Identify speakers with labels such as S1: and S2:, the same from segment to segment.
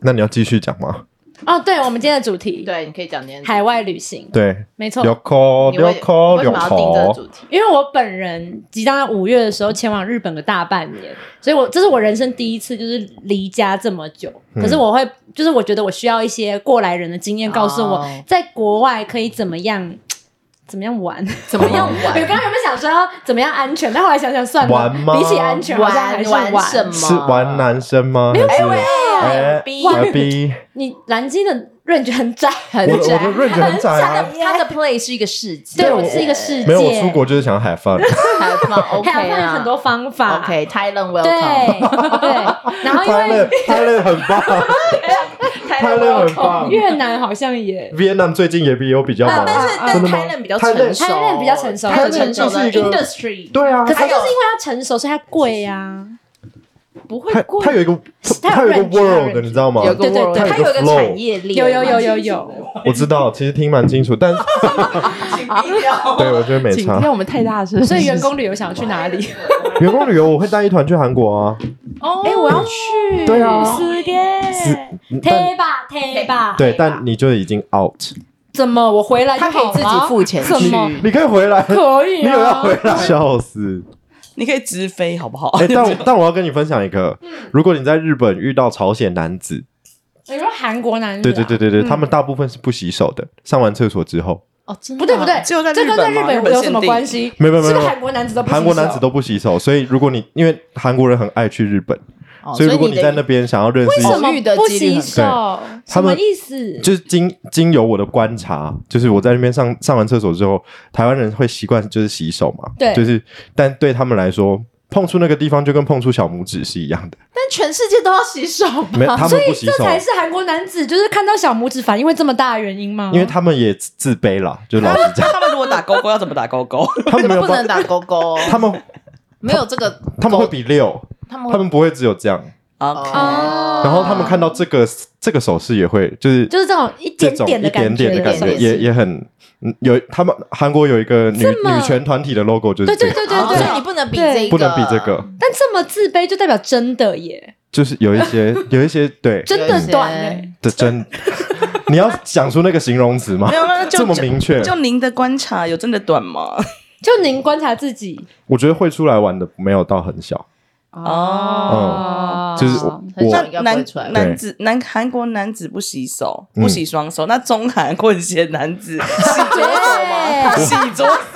S1: 那你要继续讲吗？
S2: 哦，对，我们今天的主题，，
S3: 对，你可以讲点。
S2: 海外旅行，
S1: 对，
S2: 没错，
S1: 流口
S3: 哦你为
S1: 流口
S3: 为
S1: 流
S3: 什么要定这个
S1: 口
S3: 主，题？
S2: 因为我本人即将在五月的时候前往日本个大半年，所以我这是我人生第一次就是离家这么久。
S1: 嗯
S2: 可是我会，就是我觉得我需要一些过来人的经验，告诉我
S3: 哦
S2: 在国外可以怎么样。怎么样玩？
S3: 怎么样
S2: 我刚
S3: 玩？
S2: 刚有没有想说要怎么样安全？但后来想想算了，
S1: 玩吗
S2: 比起安全，好像还是
S3: 玩玩什么？
S1: 是玩男生吗？还是哎
S3: 逼
S1: 玩逼？
S2: 你蓝鲸的 range 很窄，
S1: 我
S3: 很
S1: 的我
S3: 窄
S1: 的。range 很窄啊，
S3: 他的 play 是一个世界，
S2: 对我是一个世界，
S1: 没有我出国就是想要 have fun，
S3: 还放 OK
S2: 还有
S3: 啊，
S2: 很多方法。
S3: OK，Thailand
S2: 对
S3: welcome，
S2: 对，然后因
S1: 泰勒
S2: 为
S1: 泰勒很棒， 泰勒很棒。
S2: 越南好像也
S1: Vietnam 最近也比有比较忙，
S3: 啊
S1: 啊
S3: 但是但
S1: 真的吗
S3: Thailand 比较
S1: 泰勒
S3: 成熟
S2: Thailand 比较成熟
S3: 很成
S1: 泰勒就
S3: 熟的
S1: 是一个
S3: industry，
S1: 对啊，
S2: 可是
S1: 它
S2: 就是因为它成熟，所以它贵呀、
S3: 不会
S1: 它它
S3: 贵，
S1: 有一个
S2: 它
S1: 它有一个
S2: 有 range，它有
S1: world，
S2: range
S1: 你知道吗？
S3: 有个
S2: 对对
S3: world，
S2: 对
S3: 它
S1: 它有
S3: 有
S1: 个
S3: 一个
S1: flow
S3: 产业链，
S2: 有有有有有，
S1: 我知道，其实听蛮清楚，但 对我觉得没
S3: 请
S1: 差
S3: 不。要我们太大声，
S2: 所以员工旅游想要去 哪里？
S1: 员工旅游我会带一团去韩国啊，
S2: 哦，哎，我要去，
S1: 对啊
S2: 是的，
S1: 嗯但
S2: 贴吧贴吧，
S1: 对，但你就已经 out，
S2: 怎么我回来就
S3: 他可以
S2: 好
S3: 自己
S2: 吗
S3: 付钱
S2: 怎么
S3: 去，
S1: 你可以回来，
S2: 可以、啊，
S1: 你有要回来，笑死！
S4: 你可以直飞好不好？
S1: 哎，但我但我要跟你分享一个，如果你在日本遇到朝鲜男子，
S2: 你说韩国男人、啊？
S1: 对对对，对对，他们大部分是不洗手的，上完厕所之后，
S3: 哦，真的
S2: 不对不对，
S4: 只有在
S2: 这
S4: 日
S2: 跟
S4: 本
S2: 在
S4: 吗
S2: 日本
S4: 日本
S2: 有什么
S4: 限定
S2: 关系？
S1: 没有没有没有
S2: 是不是韩国男子都不洗手
S1: 韩国男子都不洗手，所以如果你因为韩国人很爱去日本，
S3: 哦
S1: 所以如果
S3: 你
S1: 你
S3: 的
S1: 在那边想要认识一
S2: 为
S1: 些
S2: 什么
S3: 遇的
S2: 不
S3: 几率
S2: 洗
S3: 很
S2: 手？
S1: 他
S2: 什
S1: 们
S2: 么意思？
S1: 就是经经由我的观察，就是我在那边上上完厕所之后，台湾人会习惯就是洗手嘛，
S2: 对
S1: 就是但对他们来说，碰触那个地方就跟碰触小拇指是一样的，
S3: 但全世界都要洗手吧？
S1: 没他们不洗
S2: 这
S1: 手，
S2: 才是韩国男子，就是看到小拇指反应会这么大的原因吗？
S1: 因为他们也自自卑啦，就老实 讲，
S4: 他们如果打勾勾要怎么打勾 勾？
S1: 他们没有
S3: 不能
S1: 办，
S3: 打勾勾，
S1: 他们
S3: 没有这个，
S1: 他们会比六，
S3: 他
S1: 他
S3: 们
S1: 们不会只有这样，
S4: 啊，
S2: 哦
S1: 然后他们看到这个这个手势也会就是
S2: 就是这种一
S1: 这
S2: 点
S1: 种
S2: 点
S1: 一
S2: 的感
S1: 点
S2: 觉
S1: 点的感
S3: 手
S1: 觉，
S3: 势
S1: 也也很嗯有他们韩国有一个女
S2: 这么
S1: 女权团体的 logo 就是
S2: 对
S1: 这个，
S2: 对对对
S3: 哦所以
S2: 对
S3: 你，不能比
S2: 对
S3: 这个，
S1: 不能比这个。
S2: 但这么自卑就代表真的耶，
S1: 就是有一 些有一些对
S2: 真的短哎，
S1: 的真，你要想出那个形容词吗
S4: 没？有，那就
S1: 这么明确，
S4: 就您的观察有真的短吗？
S2: 就您观察自己
S1: 我觉得会出来玩的没有到很小，嗯
S2: 哦，
S1: 就是我
S3: 很
S4: 那
S3: 少
S1: 我
S3: 哦应该不
S4: 男
S3: 会出来吧。
S4: 男子男韩国男子不洗手，
S1: 嗯
S4: 不洗双手，那中韩混血男子洗左手吗？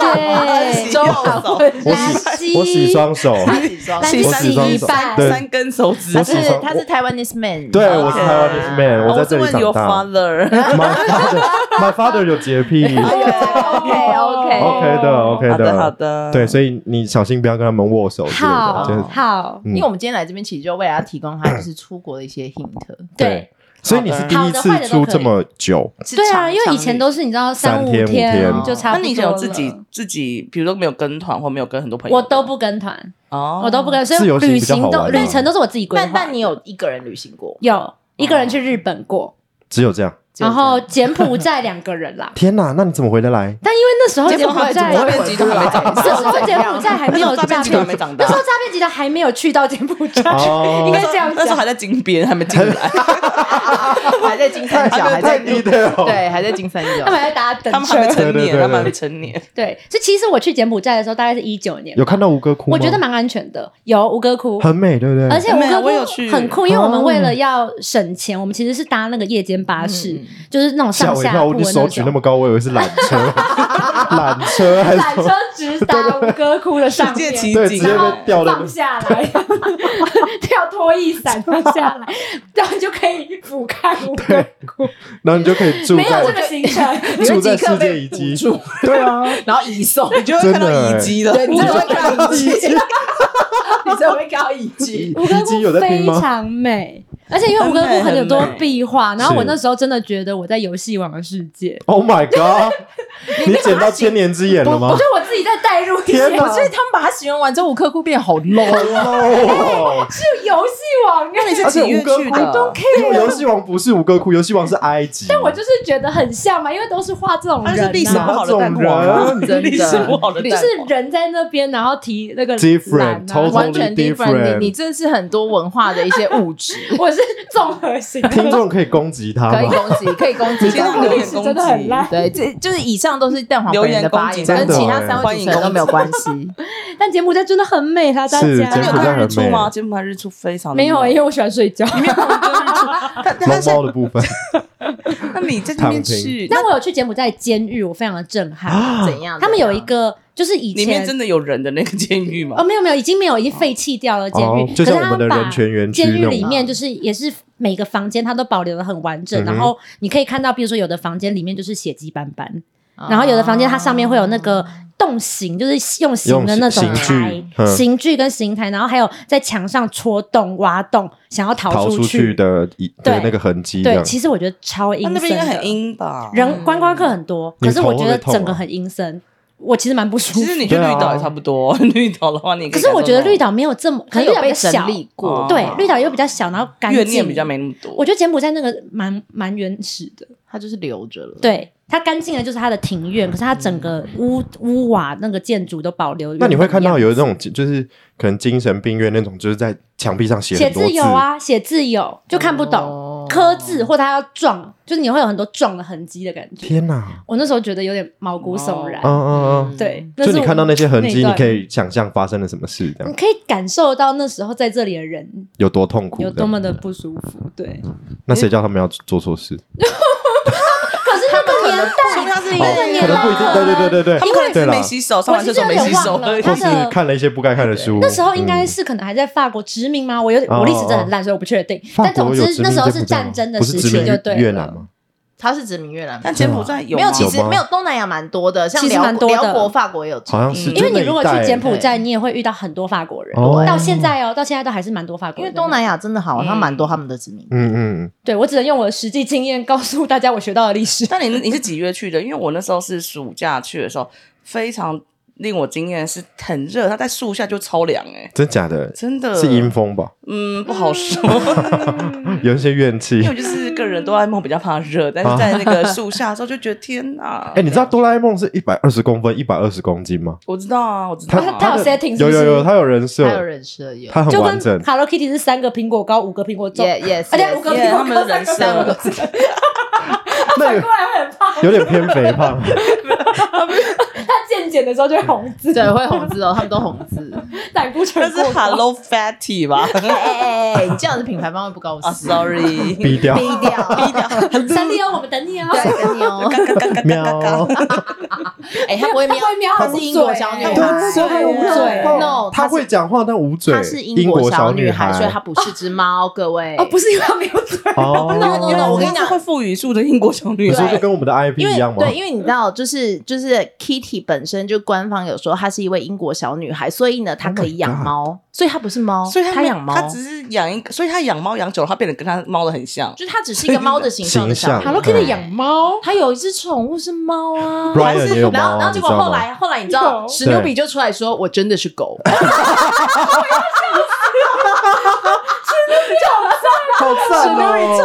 S2: 对
S4: 洗左手 吗？
S2: 对
S4: 洗右手？
S1: 我
S2: 蓝
S1: 洗
S2: 溪
S1: 我洗双手，
S3: 他洗双
S2: 蓝
S3: 手，
S4: 洗
S2: 鲸
S1: 我洗双
S2: 洗一
S1: 手
S2: 半，
S1: 对
S4: 三根手指
S3: 他。
S1: 我洗
S3: 是
S1: 双
S3: 他是 Taiwanese man，
S1: 对
S3: 好吧
S1: 我是 Taiwanese man，我
S4: 我
S1: 在
S4: 是
S1: 这里
S4: 问
S1: 长
S4: your
S1: 大。
S4: father，
S1: My father my father 有洁 癖
S3: OK OK，
S1: ，OK 的 OK
S4: 好
S1: 的
S4: 的好的，
S1: 对，所以你小心不要跟他们握手之类的，
S2: 好
S1: 就是
S2: 好，
S1: 嗯
S3: 因为我们今天来这边其实就为大家提供他就是出国的一些 hint，
S2: 对。
S1: 所以你是第一次出这么久，
S3: 是
S2: 对啊，
S3: 常
S2: 因为以前都是你知道
S1: 三
S2: 三五
S1: 天五天
S2: 就差不多了。
S4: 那你以前有自己自己，比如说没有跟团或没有跟很多朋友，
S2: 我都不跟团，
S4: 哦，
S2: 我都不跟，所以
S1: 自由行
S2: 旅
S1: 比较好
S2: 行
S1: 玩
S2: 都
S1: 吗
S2: 旅程都是我自己规划
S3: 但
S2: 的。
S3: 但你有一个人旅 行过，
S2: 有一个人去日本过，
S1: 只哦有这样。。
S3: 只有
S2: 然
S3: 这样
S2: 后柬埔寨两个人啦
S1: 天哪，那你怎么回得来？
S2: 但因为那时候柬埔
S4: 怎
S2: 寨
S4: 么， 会集团还没长
S2: 那
S4: 大？
S2: 时候柬埔寨还没 有
S4: 诈骗
S2: 诈
S4: 集团没
S2: 骗，
S4: 长大
S2: 那时，候诈骗集团还没有去到柬埔寨，
S1: 哦
S2: 应该这样
S4: 那时候还
S2: 讲。
S4: 在金边，还没进来，
S3: 还在金三角，还在
S1: 啊太低调，
S3: 对，还在金三角
S2: 他，们还在打
S4: 他
S2: 等
S4: 们还没
S2: 车，
S4: 成
S1: 对对对
S4: 年，
S1: 对
S4: 他们还没 成年。
S2: 对，所以其实我去柬埔寨的时候大概是一九年
S1: 有，看到吴哥窟吗？
S2: 我觉得蛮安全的，有吴哥窟，
S1: 很美，对不对？
S2: 而且
S4: 很美
S2: 吴
S4: 啊我有
S2: 哥
S4: 去
S2: 窟很酷，因为我们为了要省钱，我们其实是搭那个夜间巴
S4: 嗯
S2: 士，就是那种
S1: 吓
S2: 上
S1: 我一
S2: 下
S1: 跳！
S2: 铺
S1: 我
S2: 的
S1: 你
S2: 那
S1: 手举那
S2: 种。
S1: 么高，我以为是缆 车，缆 车还
S2: 缆
S1: 是什
S2: 车
S1: 么？
S2: 直达吴哥窟的上
S4: 世界
S2: 面，
S4: 奇
S1: 对，直
S4: 景
S1: 接，被掉
S2: 放
S1: 了。
S2: 下来， 跳脱衣伞放下来，这样就可以俯瞰五个窟。
S1: 然后你就可以住
S2: 没有这
S1: 在
S2: 个行程，
S1: 住在世界遗迹。 对啊，
S3: 然后移 送，
S4: 你就会看
S1: 真
S4: 到
S1: 的
S4: 遗迹了。
S3: 对，你才会看到遗迹，
S1: 遗迹
S3: 你才会看到遗 迹。
S2: 吴哥
S1: 遗迹有
S2: 窟
S1: 在听
S2: 非
S1: 吗？
S2: 常美，而且因为吴哥窟很多壁画，然后我
S1: 是
S2: 那时候真的觉得我在游戏王的世界，
S1: Oh my god！你捡到千年之眼了
S2: 我
S1: 吗
S2: 觉得？我自自己再带入一些
S1: 天哪
S2: 我
S3: 所以他们把它形容完之后，五科库变好 low 啊！
S1: 哦，
S2: 是游戏王哎、
S4: 那你是
S1: Oh 而且
S4: 几月
S1: 吴哥
S4: 去
S1: 窟
S4: 的？
S1: 因为游戏王不是吴哥窟，游戏王是埃及。
S2: 但我就是觉得很像嘛，因为都是画这种
S4: 他
S2: 人、
S4: 是
S2: 啊，
S4: 历史不好的蛋黄啊，
S1: 哪
S3: 种人
S4: 历史不好的
S3: 真的
S4: 蛋
S2: 就
S4: 黄，
S2: 是人在那边，然后提那个
S1: Different，
S2: 篮啊
S1: totally
S3: 完全
S1: different
S3: different，你你真是很多文化的一些物质，
S2: 我是综合型的。
S1: 听众可以攻击他
S3: 可以
S1: 吗？
S2: 啊
S3: 攻击，可以攻击
S4: 听
S3: 蛋
S4: 众
S3: 黄
S4: 留。
S2: 历
S4: 言
S2: 史
S4: 攻
S2: 真的很
S4: 击
S2: 烂
S3: 对，这就是以上都是蛋黄
S4: 留
S3: 本人
S4: 言
S3: 的
S4: 攻
S3: 发
S4: 击
S3: 言，
S1: 真
S3: 跟
S1: 的
S3: 其他
S1: 欸
S3: 三位
S4: 欢
S3: 主
S4: 迎
S3: 持人都
S4: 攻
S3: 没有
S4: 击
S3: 关系。
S2: 但柬埔寨真的很美啦，大
S1: 是
S2: 家
S1: 柬
S4: 你有
S1: 埔寨
S4: 看日出
S1: 很美
S4: 吗？柬埔寨日出非常的
S2: 没有啊，
S4: 美
S2: 因为我喜欢睡觉。
S4: 但但
S1: 猫
S4: 是
S1: 猫的部分，
S4: 那你在那
S1: 躺平
S4: 边去，那
S2: 但我有去柬埔寨监狱，我非常的震
S1: 啊
S2: 撼。
S3: 怎样？
S2: 他们有一个就是以
S4: 里面
S2: 前
S4: 真的有人的那个监狱吗
S2: 哦，？没有没有，已经没有，已经废弃掉了监狱。
S1: 哦
S2: 可
S1: 就是像
S2: 他
S1: 我们的
S2: 把
S1: 人权园区
S2: 监狱
S1: 那
S2: 里
S1: 种
S2: 面就是也是每个房间它都保留的很完整，
S1: 嗯哼
S2: 然后你可以看到，比如说有的房间里面就是血迹斑斑，然后有的房间它上面会有那
S4: 哦
S2: 个动刑，就是用刑的那种
S1: 用刑
S2: 台
S1: 刑具嗯
S2: 刑具跟刑台，然后还有在墙上戳洞、挖洞，想要 逃
S1: 逃
S2: 出
S1: 出去。的一
S2: 对
S1: 的那个痕迹，这
S2: 对，
S1: 样
S2: 其实我觉得超阴
S4: 那
S2: 森
S4: 啊
S2: 的，
S4: 那边应该很阴嗯吧？
S2: 啊人观光客很多，
S1: 你
S2: 可是我
S1: 头会
S2: 觉
S1: 不会
S2: 得
S1: 痛
S2: 整个
S1: 啊
S2: 很阴森，我其实蛮不舒
S4: 其
S2: 服
S4: 实。你去
S1: 对啊
S4: 绿岛也差不多， 绿岛的话你也
S2: 可
S4: 以
S2: 是我觉得
S4: 感受到
S2: 绿岛没有这么，可能
S3: 有
S2: 绿岛比
S3: 被
S2: 较小
S3: 整，理过
S4: 哦，
S2: 对，绿岛又比较小，然后干
S4: 怨
S2: 净
S4: 念比较。没那么多。
S2: 我觉得柬埔寨那个蛮蛮原始的，
S3: 它就是留着了。
S2: 对，它干净的就是它的庭院，可是它整个屋屋瓦那个建筑都保留。
S1: 那你会看到有那种就是可能精神病院那种，就是在墙壁上写
S2: 写
S1: 很多
S2: 字有啊，写字有就看不懂。
S3: 哦
S2: 刻字或者它要撞，就是你会有很多撞的痕迹的感觉。
S1: 天啊哪，
S2: 我那时候觉得有点毛骨悚然，
S1: 嗯嗯
S2: 对，那
S1: 嗯，就是你
S2: 我
S1: 看到那些痕迹，
S2: 那
S1: 你
S2: 一段
S1: 可以想象发生了什么事，这
S2: 你
S1: 样
S2: 可以感受到那时候在这里的人
S1: 有多痛苦，
S2: 有
S1: 这
S2: 多
S1: 样
S2: 么的不舒服。对，
S1: 那谁叫他们要做错事？
S2: 可是那个年
S4: 说明
S2: 代，
S4: 他是一
S1: 哦
S4: 个
S2: 啊
S1: 可能不一定，对对对对
S4: 他
S1: 对，
S4: 们可能
S1: 对
S4: 是
S1: 啦
S4: 没洗手，上完厕所没洗手而已。
S2: 他
S1: 或
S2: 的
S1: 是看了一些不该看的书，
S2: 那时候应该
S1: 嗯
S2: 是可能还在法国殖民吗？我有点，我历史真的很烂，所以我不确定。
S1: 哦法
S2: 但总
S1: 国有殖
S2: 之
S1: 民
S2: 那时候
S1: 柬
S2: 是
S1: 埔寨吗
S2: 战争的
S1: 不是
S2: 时
S1: 殖
S2: 期，
S1: 民
S2: 就对了
S1: 越南吗？
S3: 它是殖民越南，
S4: 但柬埔寨有
S3: 没有，
S4: 吗
S3: 其实
S1: 有吗
S3: 没有东南亚蛮多的，像
S2: 其实
S3: 辽
S2: 蛮多
S3: 国、
S2: 的
S3: 辽国、法国也有殖民，
S1: 好像是，
S4: 嗯
S2: 因为你如果去柬
S1: 寨，
S2: 埔寨，你也会遇到很多法国人
S1: 哦。
S2: 到现在哦，到现在都还是蛮多法国
S3: 因为
S2: 人。
S3: 东南亚真的好，
S4: 嗯
S3: 像蛮多他们的殖民。
S1: 嗯嗯，
S2: 对我只能用我的实际经验告诉大家我学到的历 史。
S4: 但你你是几月去的？因为我那时候是暑假去的时候，非常令我惊艳的是很热，它在树下就超凉哎，
S1: 真假的，
S4: 真的
S2: 呃
S1: 是阴风吧？
S4: 嗯，不好说，
S2: 嗯
S1: 有一些怨气
S4: 因为。我就是个人哆啦 A 梦比较怕热，但是在 那个树下的时候就觉得天哪！
S1: 啊哎，你知道哆啦 A 梦是一百二十公分、一百二十公斤吗？
S4: 我知道啊，我
S3: 哦
S4: 知道啊，
S2: 他有 setting 是
S1: 有
S2: 不
S1: 有
S2: 是？
S1: 有，它有人
S3: 还有
S1: 设，
S3: 人设有，
S1: 它很
S2: 就
S1: 完
S2: 跟
S1: 整。
S2: Hello Kitty 是三个苹果高，五个苹果重。
S3: 也也是，
S2: 而且五个
S3: yes，
S2: 苹
S4: 耶他
S2: 果
S4: 们
S2: 高
S4: 的人设
S2: 三个
S1: 那有有点偏肥 胖，
S2: 他健检的时候就会红字，
S3: 对，会红字哦，他们都红 字。
S2: 胆固醇
S4: 那
S2: 过
S4: 是
S2: 高。
S4: Hello Fatty 吧？
S3: 哎哎哎，你这样子品牌方会不高
S4: 啊
S3: 兴？
S4: ，Sorry，
S1: 低调
S3: 低调， 低调，
S2: 三 D 哦，我们等你哦。
S3: 对，跟你哦。
S1: 喵。
S3: 哎，他不会
S2: 他
S3: 喵
S2: 不会，喵，
S3: 她是英国小女
S2: 对
S3: 孩，
S1: 所以我不知
S2: 道
S3: No，
S1: 她会讲话但无嘴，
S3: 她是
S1: 英
S3: 英国
S1: 小
S3: 小女
S1: 孩，
S3: 所以她不是只猫，各位。
S2: 哦，不是因为他没 有嘴，
S1: 哦
S3: No, no,
S4: 原来
S3: no，我跟
S4: 她
S3: 你讲
S4: 是会赋予树的英国小女
S1: 你说
S4: 孩
S1: 就。跟我们的 IP
S3: 因为
S1: 一样吗？
S3: 对，因为你知道，就是就是 Kitty 本身就官方有说她是一位英国小女孩，所以呢，
S1: Oh
S3: 她可以养猫，所以她不是猫，
S4: 所以她
S3: 她
S4: 没有
S3: 养猫，
S4: 她只是养一个，所以她养猫养久了，她变得跟她猫的很像。
S3: 就是她只是一个猫的形状的小
S1: 形象
S3: 孩。
S2: Hello Kitty 养猫，
S3: 她有一只宠物是猫啊
S1: Brian 也有猫
S3: 然
S1: 啊
S3: 后然后结果
S1: 你知道吗
S3: 后
S2: 哎
S3: 来后来你知道
S2: 有
S3: 史努比就出来说，我真的是狗，
S1: 好赞哦，
S2: 我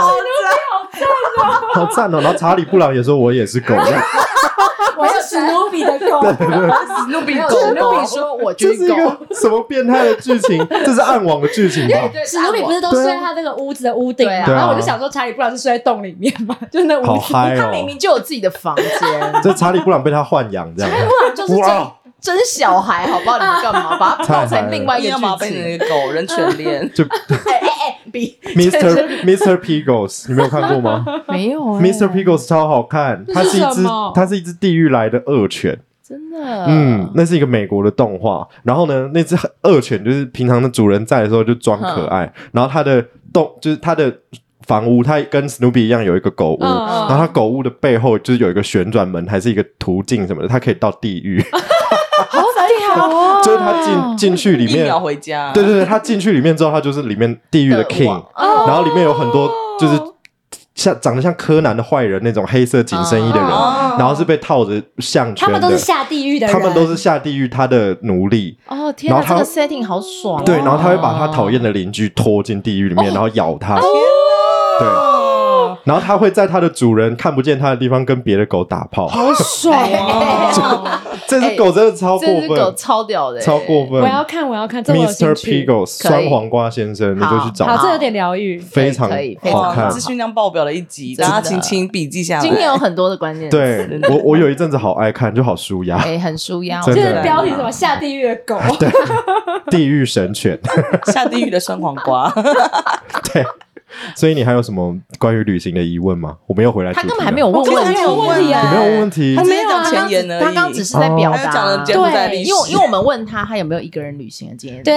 S1: 好赞哦。然后查理布朗也说我也是 狗，
S2: 是史努比的 狗，
S4: 史努比
S3: 没有
S4: 狗
S3: 史努比
S4: 狗，
S3: 说我就
S1: 这是
S3: 是
S1: 一
S3: 狗，
S1: 个什么变态的剧 情？这是暗网的剧情吧？
S2: 史努比不是都睡在他那个屋子的屋顶
S3: 对
S2: 嘛？
S3: 啊
S2: 然后我就想说，查理布朗是睡在洞里面嘛， 就是那屋
S1: 好
S2: 子。
S1: 嗨
S3: 他明
S1: 哦！
S3: 明就有自己的房间，
S1: 这查理布朗被他豢养这样，
S3: 不然就是真
S1: 哇。
S3: 真小孩，好不好？你们干嘛把它弄成另外一
S4: 硬
S3: 个
S4: 要把她
S3: 剧情？
S4: 变成一个狗人 犬恋
S1: 就
S3: 哎哎哎，比
S1: Mr. Mr. Pigos，你没有看过吗
S3: 没有啊
S1: ？Mr. Pigos 超好看，它
S2: 那是
S1: 是一
S2: 什
S1: 只
S2: 么
S1: 它是一只地狱来的恶犬，
S3: 真的，
S1: 嗯，，那是一个美国的动画。然后呢，那只恶犬就是平常的主人在的时候就装可爱，然后它的动就是它的房屋，它跟史努比一样有一个狗屋，
S2: 嗯
S1: 然后它狗屋的背后就是有一个旋转门，还是一个途径什么的，它可以到地狱，
S3: 好屌哦
S1: 就是它进进去里
S4: 一
S1: 面
S4: 秒，回家，
S1: 对对对，它进去里面之后，它就是里面地狱的 king，
S2: 哦
S1: 然后里面有很多就是像长得像柯南的坏人那种黑色紧身衣的人。
S4: 哦
S1: 然后是被套着项圈的，
S2: 他们都是下地狱的人，
S1: 他们都是下地狱他的奴隶，
S3: 哦天
S1: 然
S3: 哪，
S1: 后他
S3: 这个 setting 好爽哦。
S1: 对，然后他会把他讨厌的邻居拖进地狱里
S2: 哦
S1: 面，然后咬他，对，然后他会在他的主人看不见他的地方跟别的狗打炮，
S2: 好爽哎哦！
S1: 这只狗真的超过
S3: 这只狗
S1: 分，
S3: 超屌的，欸
S1: 超过分
S2: 欸我要看，我要看，这我有兴
S1: ，Mr.
S2: 趣。
S1: Pigo
S3: 可
S1: 酸
S3: 以
S1: 黄瓜先生，你就去
S2: 好，
S1: 找，
S2: 这有点疗愈。
S1: 非常
S3: 可以可以
S1: 好
S4: 哇，
S1: 看
S4: 资。讯量爆表了一集，
S3: 真的
S4: 大家轻轻笔记下来。
S3: 今天有很多的关键词，
S1: 对我，我有一阵子好爱看，就好舒压，
S3: 哎，很舒压哦。
S1: 真
S2: 这
S1: 的啊
S2: 个标题什么？下地狱的狗，
S1: 地狱神犬。
S4: 下地狱的酸黄瓜，
S1: 所以你还有什么关于旅行的疑问吗？我们又回来主
S3: 他
S1: 题了，
S3: 根本还没有问
S4: 我根本
S3: 问
S4: 还
S3: 题，
S4: 没有问
S2: 你
S1: 你
S4: 啊
S1: 没有问问题
S3: 他，
S4: 只
S3: 没
S4: 是
S3: 有
S4: 讲
S3: 啊
S4: 前言而已
S3: 他刚只是在表
S1: 哦
S4: 还有
S3: 达
S4: 讲
S3: 啊，
S4: 了柬埔寨
S2: 对
S4: 历史，
S3: 因为因为我们问他，他有没有一个人旅行的经验？，
S2: 对，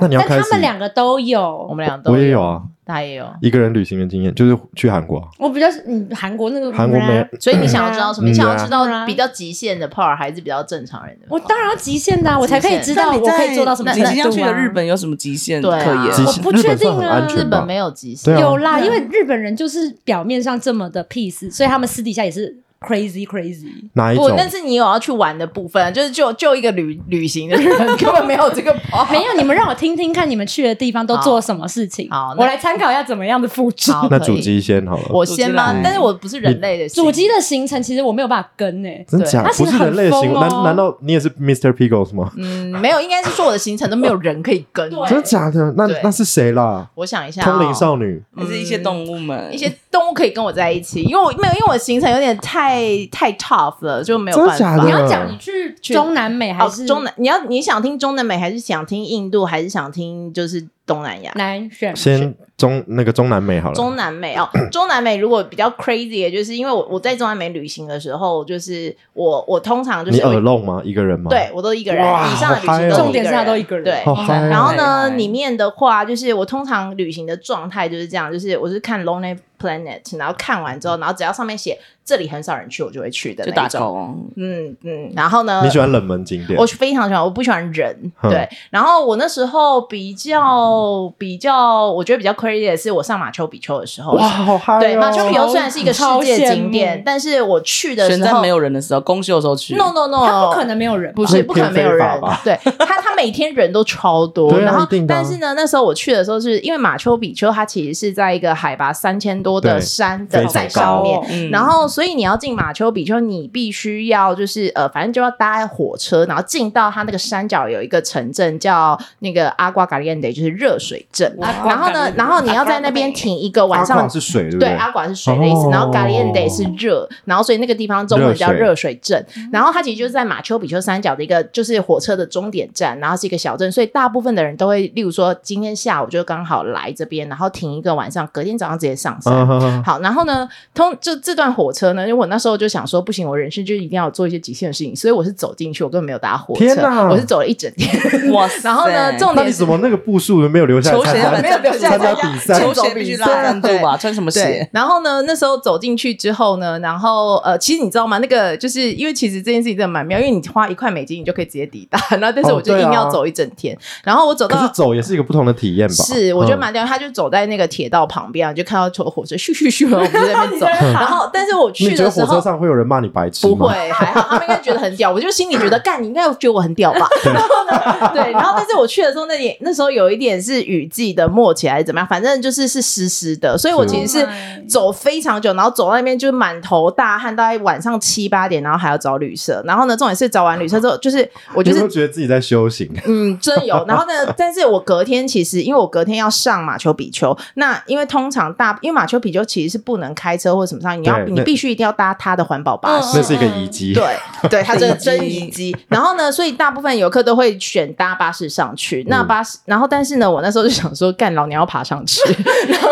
S1: 那你要
S2: 但
S1: 开
S2: 他们
S1: 始
S2: 两个都有
S3: 我。们俩都
S1: 我也有，啊，
S3: 他也有。
S1: 一个人旅行的经验，就是去韩国啊，
S2: 我比较嗯，韩国那个
S1: 韩国没，
S3: 所以你想要知道什
S1: 嗯
S3: 么？你想要知
S2: 对啊
S3: 道比较极限的 part 还是比较正常人的 part？
S2: 我当然要极限的啊，我才可以知道
S4: 那你
S2: 我
S4: 在
S2: 可以做到什么
S4: 你
S2: 程度啊。
S4: 即将去的日本有什么极限
S3: 对
S4: 可
S3: 啊
S4: 言？
S1: 极
S2: 我
S1: 限
S2: 不
S1: 日
S2: 确
S1: 本算
S2: 定
S1: 很
S2: 啊
S1: 安全
S3: 日
S1: 吧
S3: 本？没有极
S1: 对
S3: 限，
S1: 啊
S2: 有啦，因为日本人就是表面上这么的 peace，所以他们私底下也是 crazy crazy。
S1: 哪一
S3: 不
S1: 种？，
S3: 但是你有要去玩的部分，就是就就一个旅旅行的人 根本没有这个 part。
S2: 没有，你们让我听听看，你们去的地方都做什么事情，
S3: 好好那
S2: 我来参考一下怎么样的复制。
S3: 好，
S1: 那
S3: 可以
S1: 主机先好了，
S3: 我先
S4: 主机
S3: 吗
S4: 来？
S3: 但是我不是人类的心
S2: 主机的行程其实我没有办法跟欸诶、
S1: 真假
S2: 对他
S1: 不是人类的行为？
S2: 其实很
S1: 难
S2: 疯哦
S1: 难道你也是 Mr. Pigo 是吗？
S3: 嗯，没有，应该是说我的行程都没有人可以跟。
S2: 对
S1: 真的假的？那
S3: 对
S1: 那是谁啦？
S3: 我想一下哦，
S1: 通灵少女，
S4: 还是一些动物们，
S3: 一些动物可以跟我在一起，因为我没有，因为我的行程有点太太 tough 了，就没有
S1: 真
S3: 办
S1: 的假
S3: 法。
S2: 你
S1: 的？
S2: 要讲你去中南美还
S3: 哦
S2: 是、，
S3: 中南，你要你想听中南美，还是想听印度，还是想听就是东南亚？
S2: 南选？
S1: 先中那个中南美好了，
S3: 中南美 哦，中南美如果比较 crazy，的就是因为我我在中南美旅行的时候，就是我我通常就
S1: 你
S3: 是
S1: 耳聋吗？一个人吗？
S3: 对我都一个人，
S1: 哇
S3: 以上的旅
S1: 好嗨
S3: 行
S1: 哦
S3: 都
S2: 重点是他都一个人哎
S3: 对
S1: 好，嗨哦，
S3: 然后
S4: 嗨
S3: 呢，
S4: 嗨
S3: 里面的话就是我通常旅行的状态就是这样，就是我是看 Lonely Planet，然后看完之后，然后只要上面写这里很少人去，我就会去的
S4: 就
S3: 那
S4: 打
S3: 一种。
S4: 工。
S3: 嗯嗯，然后呢
S1: 你，喜欢冷门景点
S3: 我？非常喜欢，我不喜欢人。
S1: 哼
S3: 对，然后我那时候比较比较，我觉得比较 crazy 的是我上马丘比丘的时候。
S1: 哇，好嗨哦！
S3: 对，马丘比丘虽然是一个世
S2: 超
S3: 界
S2: 羡
S3: 景点
S2: 慕，
S3: 但是我去的
S4: 选
S3: 时
S4: 在
S3: 候
S4: 没有人的时候，公休的时候去。
S3: ，no no no，
S2: 他不可能没有人吧，
S3: 不是不可能没有
S1: 偏非
S3: 人
S1: 法吧，
S3: 对他他每天人都超多，
S1: 对啊
S3: 然后
S1: 一定的啊
S3: 但是呢，那时候我去的时候是因为马丘比丘它其实是在一个海拔三千多的
S1: 对
S3: 山
S1: 非
S3: 的
S1: 常
S3: 在
S1: 高
S3: 上面
S2: 哦，
S4: 嗯
S3: 然后所以你要进马丘比丘，你必须要就是呃，反正就要搭火车，然后进到它那个山脚有一个城镇叫那个阿瓜嘎利安德，就是热水镇。
S4: 哇
S3: 然后呢，然后你要在那边停一个晚
S1: 阿
S3: 上
S1: 挂。是水，对不
S3: 对，阿瓜是水的意思，
S1: 哦
S3: 然后 Caliente 是热，然后所以那个地方中文叫热水镇，然后它其实就是在马丘比丘山脚的一个就是火车的终点站，然后是一个小镇，所以大部分的人都会，例如说今天下午就刚好来这边，然后停一个晚上，隔天早上直接上山。
S1: 嗯哼哼
S3: 好，然后呢，通就这段火车呢，因为我那时候就想说，不行，我人生就一定要做一些极限的事情，所以我是走进去，我根本没有搭火
S1: 天
S3: 车
S1: 哪，
S3: 我是走了一整天。
S4: 哇塞，
S3: 然后呢，重
S1: 那
S3: 点
S1: 你
S3: 是
S1: 怎么那个步数都没有留下来
S4: 球
S1: 参
S4: 鞋
S1: 加？
S4: 没有留下
S1: 参加
S4: 来参
S1: 比
S4: 加
S1: 赛，
S4: 球鞋必须拉赞助吧？穿什么
S3: 对
S4: 鞋？，
S3: 然后呢，那时候走进去之后呢，然后呃，其实你知道吗？那个就是因为其实这件事情真的蛮妙，因为你花一块美金，你就可以直接抵达。然后，但是
S1: 哦
S3: 我就
S1: 对啊
S3: 硬要走一整天。然后我走
S1: 可是
S3: 到。
S1: 走也是一个不同的体验吧？
S3: 是，我觉得
S1: 嗯
S3: 蛮屌。他就走在那个铁道旁边，就看到坐火车咻咻咻，然后我们就在那边走。
S2: 你在那
S3: 然后，但是我
S1: 嗯
S3: 去
S1: 你觉
S3: 的
S1: 得
S3: 时
S1: 火
S3: 候
S1: 车，上会有人骂你白痴
S3: 不
S1: 吗？
S3: 会，还好，他们应该觉得很屌。我就心里觉得，干，你应该觉得我很 屌吧？然后呢，对，然后但是我去的时候，那点那时候有一点是雨季的末期还是怎么样，反正就是是湿湿的，所以我
S1: 是
S3: 其实是
S2: Oh my
S3: 走非常久，然后走到那边就是满头大汗，大概晚上七八点，然后还要找旅社。然后呢，重点是找完旅社之后，就是我
S1: 你
S3: 就
S1: 有没有
S3: 是
S1: 觉得自己在修行？
S3: 嗯，真 有。然后呢，但是我隔天其实因为我隔天要上马丘比丘，那因为通常大因为马丘比丘其实是不能开车或者什么上，你要
S1: 对
S3: 你
S1: 那嗯
S3: 必须一定要搭它的环保巴士。
S1: 那是一个遗迹。
S3: 对 对，它真的
S4: 遗迹
S3: 真遗迹。然后呢，所以大部分游客都会选搭巴士上去。那
S1: 嗯
S3: 巴士，然后但是呢，我那时候就想说，干老娘要爬上去。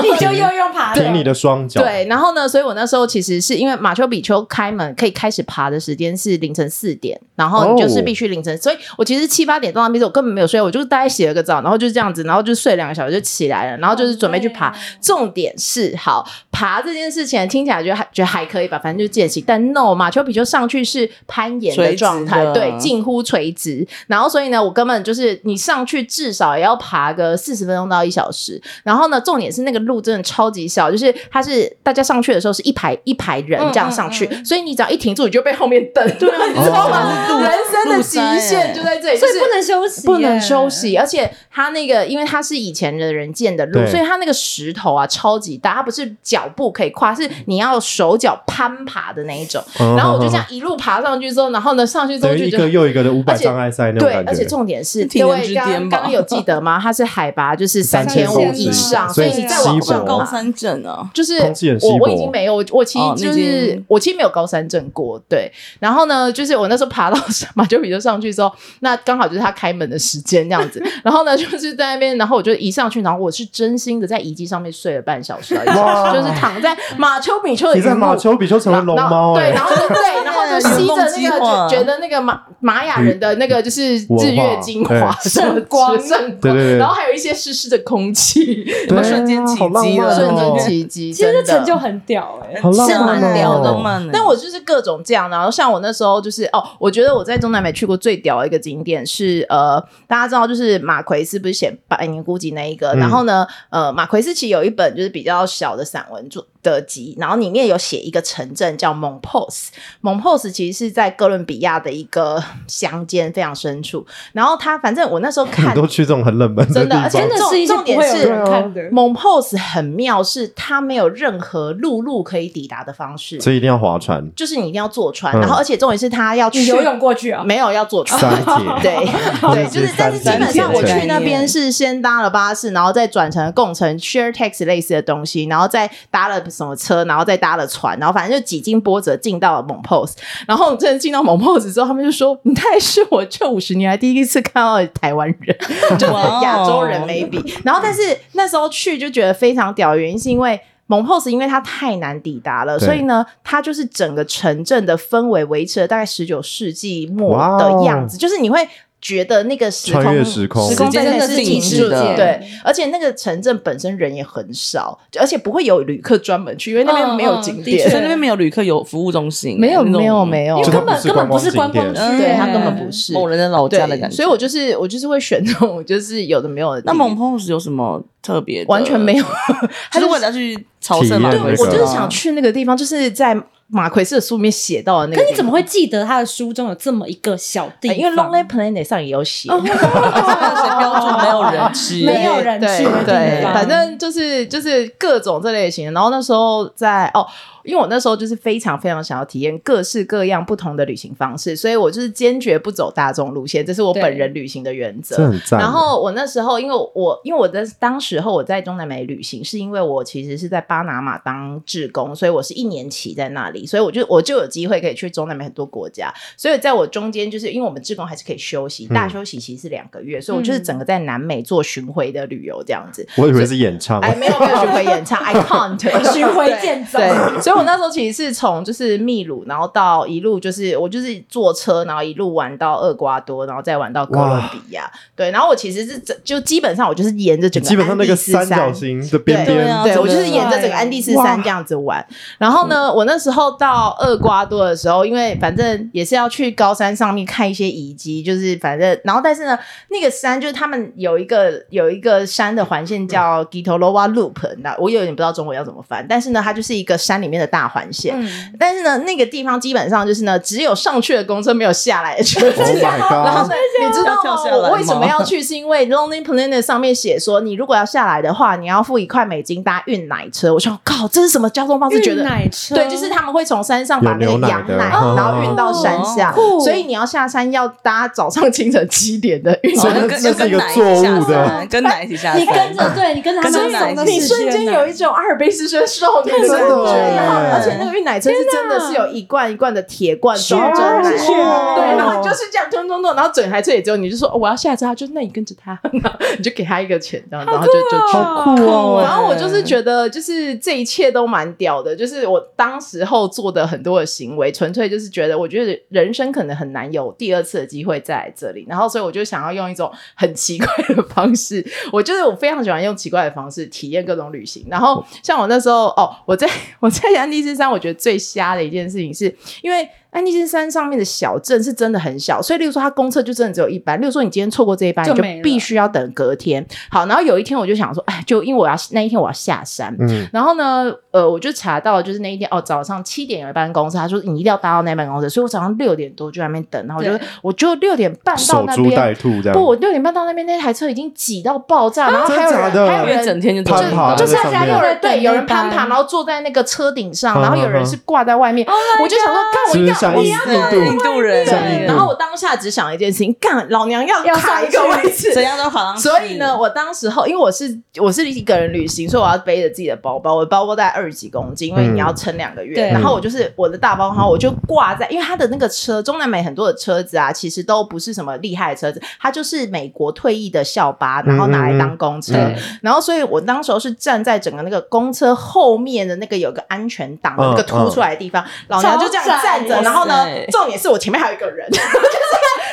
S2: 你就又用爬
S1: 凭
S2: 的，
S1: 你的双脚，
S3: 对，然后呢，所以我那时候其实是因为马丘比丘开门可以开始爬的时间是凌晨四点，然后你就是必须凌晨，所以我其实七八点到那边的时候我根本没有睡，我就
S2: 哦
S3: 大概洗了个澡，然后就这样子，然后就睡两个小时就起来了，然后就是准备去爬。重点是，好，好。爬这件事情听起来觉得还觉得还可以吧，反正就见习。但 no，马丘比丘上去是攀岩的状态，
S4: 垂直的
S3: 对，近乎垂直。然后所以呢，我根本就是你上去至少也要爬个四十分钟到一小时。然后呢，重点是那个路真的超级小，就是它是大家上去的时候是一排一排人这样上去，所以你只要一停住，你就被后面等，对，你知道吗？
S4: 哦
S3: 人生的极限就在这里，
S2: 所以
S3: 就是
S2: 不能休息，
S3: 不能休。息，而且它那个，因为它是以前的人建的路，
S1: 对
S3: 所以它那个石头啊超级大，它不是脚步可以跨，是你要手脚攀爬的那一种。
S1: 嗯
S3: 然后我就这样一路爬上去之后，然后呢上去之后
S1: 等于
S3: 就
S1: 一
S3: 觉
S1: 个
S3: 得。
S1: 又一个的五
S3: 而
S1: 百
S3: 且
S1: 障碍赛那种
S3: 对，
S1: 感
S3: 而且
S1: 觉。
S3: 重点是，
S4: 体
S3: 各
S4: 能
S3: 位
S4: 之
S3: 刚
S4: 巅吧
S3: 刚刚有记得吗？它是海拔就是三
S1: 3000
S3: 五
S1: 公
S3: 以
S1: 尺
S3: 上，
S1: 所
S3: 所
S1: 以
S3: 以你再
S1: 稀
S3: 往
S1: 薄
S3: 上
S4: 高
S3: 爬，
S4: 山症啊，
S3: 就是
S1: 空气很稀
S3: 我我已
S1: 薄
S3: 经没有，我我其
S4: 哦
S3: 实就
S4: 你已
S3: 是、
S4: 经
S3: 我其实没有高山症过，对。然后呢，就是我那时候爬到 马丘比丘上去之后，那刚好就是他开门的时间这样子。然后呢，就是在那边，然后我就一上去，然后我是真心的在遗迹上面睡了半小时而已，
S1: 哇
S3: 就是躺在马丘比丘的
S1: 你在
S3: 云雾
S1: 马丘比丘成为龙
S3: 然
S1: 猫
S3: 后
S1: 哎、
S3: 对，然后就对，然后就吸着那个，
S4: 梦计划
S3: 就觉得那个玛玛雅人的那个就是日月精
S1: 文
S3: 华
S1: 化、
S3: 圣光、圣
S1: 对对，
S3: 光
S1: 对
S3: 然后还有一些湿湿的空气，
S1: 对啊，
S4: 瞬间起
S1: 好浪
S4: 鸡了
S1: 漫哦
S3: 瞬间奇迹，
S2: 其实这
S3: 真的
S2: 成就很屌哎、
S1: 好浪
S4: 是
S1: 漫
S4: 蛮屌
S1: 哦
S4: 的慢。
S3: 但我就是各种这样，然后像我那时候就是哦，我觉得我在中南美去过最屌的一个景点是呃，大家知道就是马奎斯不是写《百年孤寂》那一个，
S1: 嗯
S3: 然后呢，呃，马奎斯其实有一本就是比较小的散文作的集，然后里面有写一个城镇叫蒙 pos，蒙 pos 其实是在哥伦比亚的一个乡间非常深处，然后他反正我那时候看
S1: 你都去这种很冷门
S3: 真的
S1: 地
S3: 而且
S1: 方
S2: 真的是一些不
S3: 重
S2: 会有
S3: 重点啊
S2: 人
S1: 是
S2: 看 的。
S3: 蒙 pos 很妙，是它没有任何陆路可以抵达的方式，
S1: 所以一定要划船、
S3: 就是你一定要坐船，
S1: 嗯
S3: 然后而且重点是他要去
S2: 你游泳，过去啊？
S3: 没有要坐船
S1: 三。铁。
S3: 对对，就是，但是基本上我去那
S4: 三铁
S3: 边是先搭了巴士，然后再转乘共乘 share taxi 类似的东西，然后再搭了什么车，然后再搭了船，然后反正就几经波折进到了蒙 pose。然后真的进到蒙 pose 之后，他们就说：“你太是我这五十年来第一次看到的台湾人， 就是亚洲人
S4: 哇哦
S3: maybe。”然后但是那时候去就觉得非常屌，原因是因为。蒙 pose 因为它太难抵达了，
S1: 对
S3: 所以呢，它就是整个城镇的氛围维持了大概十九世纪末
S1: 哇
S3: 的
S1: 哦
S3: 样子，就是你会觉得那个时空
S1: 穿越时空
S3: 时空
S4: 时间
S3: 分配
S4: 真的
S3: 是
S4: 是
S3: 停
S4: 静
S3: 滞
S4: 止的
S3: 对，而且那个城镇本身人也很少，而且不会有旅客专门去，因为那边没有景
S4: 的确
S3: 点，
S4: 所以那边没有旅客有服务中
S3: 嗯
S4: 心，
S3: 没有
S4: 那种嗯
S3: 没有没有
S2: 因为
S1: 就
S2: 根
S1: 它
S2: 本
S1: 不是
S2: 根本不是观
S1: 观光
S2: 光区、
S1: 景
S4: 点
S3: 对，
S2: 哎
S3: 它根本不是
S4: 某人的老
S3: 对
S4: 家的感觉。
S3: 所以我就是我就是会选那种就是有的没有的地，
S4: 那蒙 pose 有什么特别的？
S3: 完全没有，
S4: 他
S3: 它
S4: 是
S3: 就
S4: 为
S3: 是
S4: 了去朝圣嘛？
S1: 体验
S4: 对
S1: 那
S3: 我
S1: 个
S3: 就是想去那个地方，就是在马奎斯的书里面写到的那个
S2: 可
S3: 地方。
S2: 你怎么会记得他的书中有这么一个小地
S3: 哎
S2: 方？
S3: 因为 Lonely Planet 上也有写，
S4: 谁标准没有人去，
S2: 没有人去的地
S3: 对，
S2: 方
S3: 反正就是就是各种这类型的。然后那时候在哦，因为我那时候就是非常非常想要体验各式各样不同的旅行方式，所以我就是坚决不走大众路线，这是我
S2: 对
S3: 本人旅行的原则。
S1: 这很赞。啊
S3: 然后我那时候，因为我因为我的当时候我在中南美旅行，是因为我其实是在巴拿马当志工，所以我是一年期在那里，所以我就我就有机会可以去中南美很多国家。所以在我中间，就是因为我们志工还是可以休息，大休息其实是两个月，所以我就是整个在南美做巡回的旅游这样子。
S1: 我以为是演唱，
S3: 哎，没有没有巡回演唱 ，I can't
S2: 巡回健走，
S3: 对，所以我那时候其实是从就是秘鲁，然后到一路就是我就是坐车，然后一路玩到厄瓜多，然后再玩到哥伦比亚。对，然后我其实是整就基本上我就是沿着整个
S1: 基本上那个
S3: 安第斯山
S1: 三角形的
S3: 对
S1: 边
S4: 对
S1: 边
S4: 啊，
S3: 对，
S4: 真的
S3: 我就是沿着整个安第斯山这样子玩。然后呢，我那时候到厄瓜多的时候，因为反正也是要去高山上面看一些遗迹，就是反正，然后但是呢，那个山就是他们有一个有一个山的环线
S1: 嗯
S3: 叫 Gitoloa Loop，那我有点不知道中文要怎么翻，但是呢，它就是一个山里面的大环线。
S2: 嗯，
S3: 但是呢，那个地方基本上就是呢，只有上去的公车，没有下来的车。
S1: ，Oh my
S3: 然
S1: god！
S3: 后你知道
S4: 要跳下
S3: 吗？
S4: 来吗
S3: 啊我为什么要去？是因为 Lonely Planet 上面写说，你如果要下来的话，你要付一块美金搭运奶车。我想，靠，这是什么交通方式？觉
S2: 运
S3: 得
S2: 奶车，
S3: 对，就是他们会从山上把那个
S1: 有牛奶
S3: 羊
S1: 的
S3: 奶，
S1: 哦
S3: 然后运到山下，
S2: 酷
S3: 所以你要下山要搭早上清晨七点的运
S1: 所以
S3: 奶。
S1: 那
S4: 跟
S1: 那是一个作物的，
S4: 跟奶一起下
S2: 你跟
S4: 山。
S2: 着，对你跟着他
S4: 跟
S2: 们
S4: 着
S2: 走的
S4: 奶
S3: 你瞬间有一种阿尔卑斯山少女的
S1: 真的
S3: 感觉，
S1: 耶
S3: 然后而且那个运奶车是真的是有一罐一罐的铁罐装
S1: 啊
S3: 着奶，
S1: 是啊
S3: 对，然后你就是这样吞吞吞，然后整台车也只有你，就说、哦我要下车，他就那你跟着他， 然后你就给他一个钱，然后然后就就去。
S1: 好酷哦！
S3: 然后我就是觉得，就是这一切都蛮屌的，就是我当时候后做的很多的行为，纯粹就是觉得，我觉得人生可能很难有第二次的机会在这里。然后，所以我就想要用一种很奇怪的方式，我就是我非常喜欢用奇怪的方式体验各种旅行。然后，像我那时候哦，我在我在安第斯山，我觉得最瞎的一件事情是，因为安第斯山上面的小镇是真的很小，所以例如说它公车就真的只有一班。例如说你今天错过这一班，
S2: 就
S3: 你就
S2: 没了
S3: 必须要等隔天。好，然后有一天我就想说，哎，就因为我要那一天我要下山，
S1: 嗯，
S3: 然后呢，呃，我就查到就是那一天哦，早上七点有一班公车，他说你一定要搭到那班公车，所以我早上六点多就在那边等，然后我就
S2: 对
S3: 我就六点半到
S1: 守
S3: 那
S1: 株待
S3: 边，
S1: 兔这样啊
S3: 不，，我六点半到那边那台车已经挤到爆炸，然后还有
S1: 真的
S3: 人
S1: 假的
S3: 还有
S4: 因为
S3: 人
S4: 整天就
S1: 攀爬
S3: 就
S1: 在
S3: 是
S1: 上
S3: 还
S1: 面
S3: 有人对，
S2: 对
S3: 有人攀
S2: 攀
S3: 爬，
S2: 爬
S3: 然后坐在那个车顶上，
S1: 嗯
S3: 然后有人是挂在外面。我就想说，干，我
S1: 是
S3: 一
S1: 不是
S3: 定要，
S1: 像
S3: 我一
S1: 印
S3: 定要
S1: 印
S4: 印
S1: 度？
S4: 度人，
S1: 像印
S3: 对。
S1: 度
S3: 然后我当下只想一件事情，干，老娘要
S2: 要
S3: 卡
S2: 上
S3: 一个位置，
S4: 怎样都考上去。
S3: 所以呢，我当时候因为我是我是一个人旅行，所以我要背着自己的包包，我的包包大概二十几公斤，因为
S1: 嗯
S3: 你要撑两个月。
S2: 对
S3: 然后我就是我的大包，然后我就挂在，因为它的那个车，中南美很多的车子啊，其实都不是什么厉害的车子，它就是美国退役的校巴，然后拿来当公车。
S1: 嗯
S3: 然后，所以我当时候是站在整个那个公车后面的那个有个安全挡的
S1: 嗯
S3: 那个凸出来的地方，老娘就这样
S2: 超窄
S3: 站着。然后
S4: 哇
S3: 呢
S4: 塞，
S3: 重点是我前面还有一个人， 就是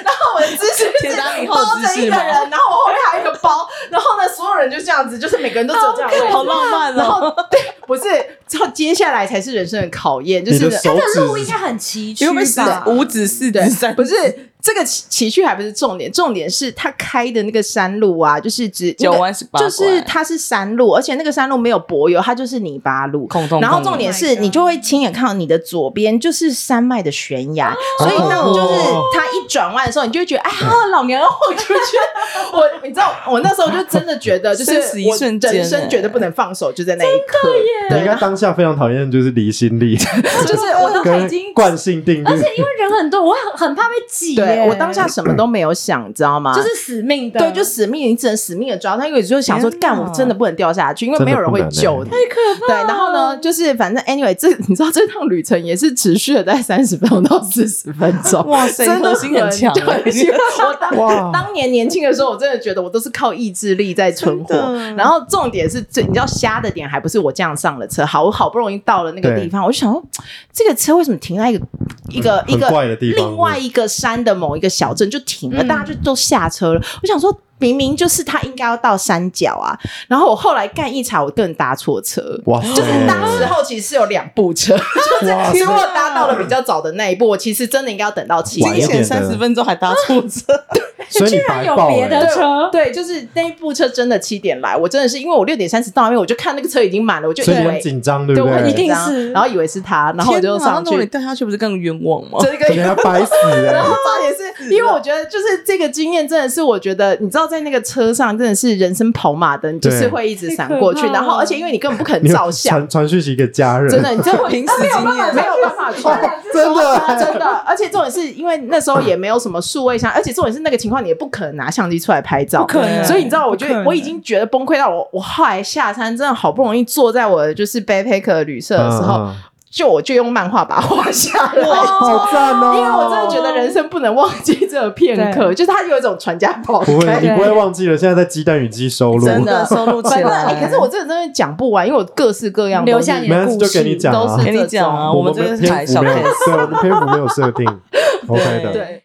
S3: 然后我的姿势是
S4: 铁达尼号
S3: 包
S4: 的
S3: 着
S4: 姿
S3: 一
S4: 势
S3: 个
S4: 吗
S3: 人，然后我后面还有一个包，然后呢，所有人就这样子，就是每个人都只有这样。
S4: 好浪漫
S3: 然
S4: 哦！
S3: 后对，不是，之后接下来才是人生的考验，就
S1: 你
S3: 是
S1: 的手
S2: 路应
S1: 指
S2: 该很崎
S4: 因
S2: 岖
S4: 为被死
S2: 吧？
S4: 五指四
S3: 对
S4: 指三，，
S3: 不是这个崎崎岖还不是重点，重点是他开的那个山路啊，就是只
S4: 九
S3: 那个
S4: 弯十八拐
S3: 就是它是山路，而且那个山路没有柏油，它就是泥巴路。
S4: 空洞洞的。
S3: 然后重点
S2: Oh
S3: 是
S2: my
S3: 你就会亲眼看到你的左边就是山脉的悬
S4: 哦
S3: 崖，所以当就是它一转弯的时候，你就会觉得哎呀，老娘要豁出去！ 我你知道，我那时候就真的觉 得，就是
S4: 生死一
S3: 我
S4: 瞬间
S3: 人生
S4: 欸
S3: 绝对不能放手，就在那一刻。
S1: 你
S3: 对，
S1: 应该
S3: 然后
S1: 当下非常讨厌就是离心 力
S3: 就是我当时已
S1: 跟
S3: 经
S1: 惯性定律，
S2: 而且因为人很多，我很很怕被挤耶。
S3: 对我当下什么都没有想，你知道吗？
S2: 就是死命的，
S3: 对，就死命，你只能死命的抓他，因为你就想说，
S4: 啊天
S3: 干，
S4: 哪
S3: 我真的不能掉下去，因为
S1: 真的
S3: 没有人
S1: 不
S3: 会
S1: 能欸
S3: 救你。
S1: 太
S3: 可怕。对，然后呢，就是反正 anyway，这 你知道这趟旅程也是持续了大概三十分钟到四十分钟。
S4: 哇塞，
S3: 真
S4: 你
S3: 的
S4: 核心很强欸，
S3: 对，我当
S1: 哇
S3: 当年年轻的时候，我真的觉得我都是靠意志力在存活
S4: 真的。
S3: 然后重点是最，你知道瞎的点还不是我这样上了车，好，我好不容易到了那个
S1: 对
S3: 地方，我就想说，这个车为什么停在一个一个一
S1: 很
S3: 个
S1: 怪的地方
S3: 另外一个山的某一个小镇就停了，
S2: 嗯
S3: 大家就都下车了。我想说。明明就是他应该要到山脚啊，然后我后来干一场，我更搭错车，
S1: 哇哦塞，
S3: 就是当时候其实是有两部车，
S1: 哇
S3: 其实我搭到了比较早的那一步，我其实真的应该要等到七
S1: 晚一
S3: 点
S1: 点。
S4: 险三十分钟还搭错车，
S1: 所以你白
S2: 有
S1: 报
S2: 别
S1: 欸
S2: 的车，
S3: 对，就是那一部车真的七点来，我真的是因为我六点三十到那边，我就看那个车已经满了，我就以
S1: 所以你
S3: 为
S1: 很紧张，对
S3: 对，
S1: 不
S3: 我很
S1: 对？
S2: 一
S3: 紧
S2: 定
S3: 张
S2: 是
S3: 然后以为是他，然后我就
S4: 天哪
S3: 上
S4: 那如果你
S3: 去，
S4: 掉下去不是更冤枉吗？
S3: 这
S1: 可能
S3: 个。
S1: 要白死
S3: 然
S1: 欸
S3: 后重 点是，因为我觉得就是这个经验真的是，我觉得你知道，在那个车上真的是人生跑马灯，就是
S1: 对
S3: 会一直闪
S2: 太可
S3: 过去，
S2: 怕
S3: 然后
S2: 了
S3: 而且因为你根本不肯
S1: 你有
S3: 照相，
S1: 传传讯息给家人，
S3: 真的，你真的
S4: 凭死经验
S3: 没有 办法穿。
S1: 真的
S3: 真的，而且重点是因为那时候也没有什么数位相，而且重点是那个情况你也不可能拿相机出来拍照，
S2: 不可能
S3: 所以你知道，我
S2: 不
S3: 觉
S2: 可
S3: 得
S2: 能
S3: 我已经觉得崩溃到我，我后来下山真的好不容易坐在我的就是 backpacker 旅社的时候，
S1: 嗯，嗯
S3: 就我就用漫画把它画下来。
S1: 好赞哦！
S3: 因为我真的觉得人生不能忘记这个片刻，就是它有一种传家宝。
S1: 不会，你
S2: 对
S1: 不会忘记了。现在在鸡蛋与鸡收录，
S4: 真
S1: 没
S4: 的收录起
S3: 反正
S4: 来
S3: 哎，。可是我真的真的讲不完，因为我各式各样
S2: 留
S3: 东西
S2: 下你
S1: 关系，就给你讲
S3: 都
S1: 啊
S3: 是。
S4: 跟你讲啊，
S1: 我
S4: 们
S1: 们
S4: 这个是
S1: 篇
S4: 台
S1: 幅
S4: 小
S1: 没有，
S4: case，
S1: 对，我们篇幅没有设定，OK 的。
S3: 对，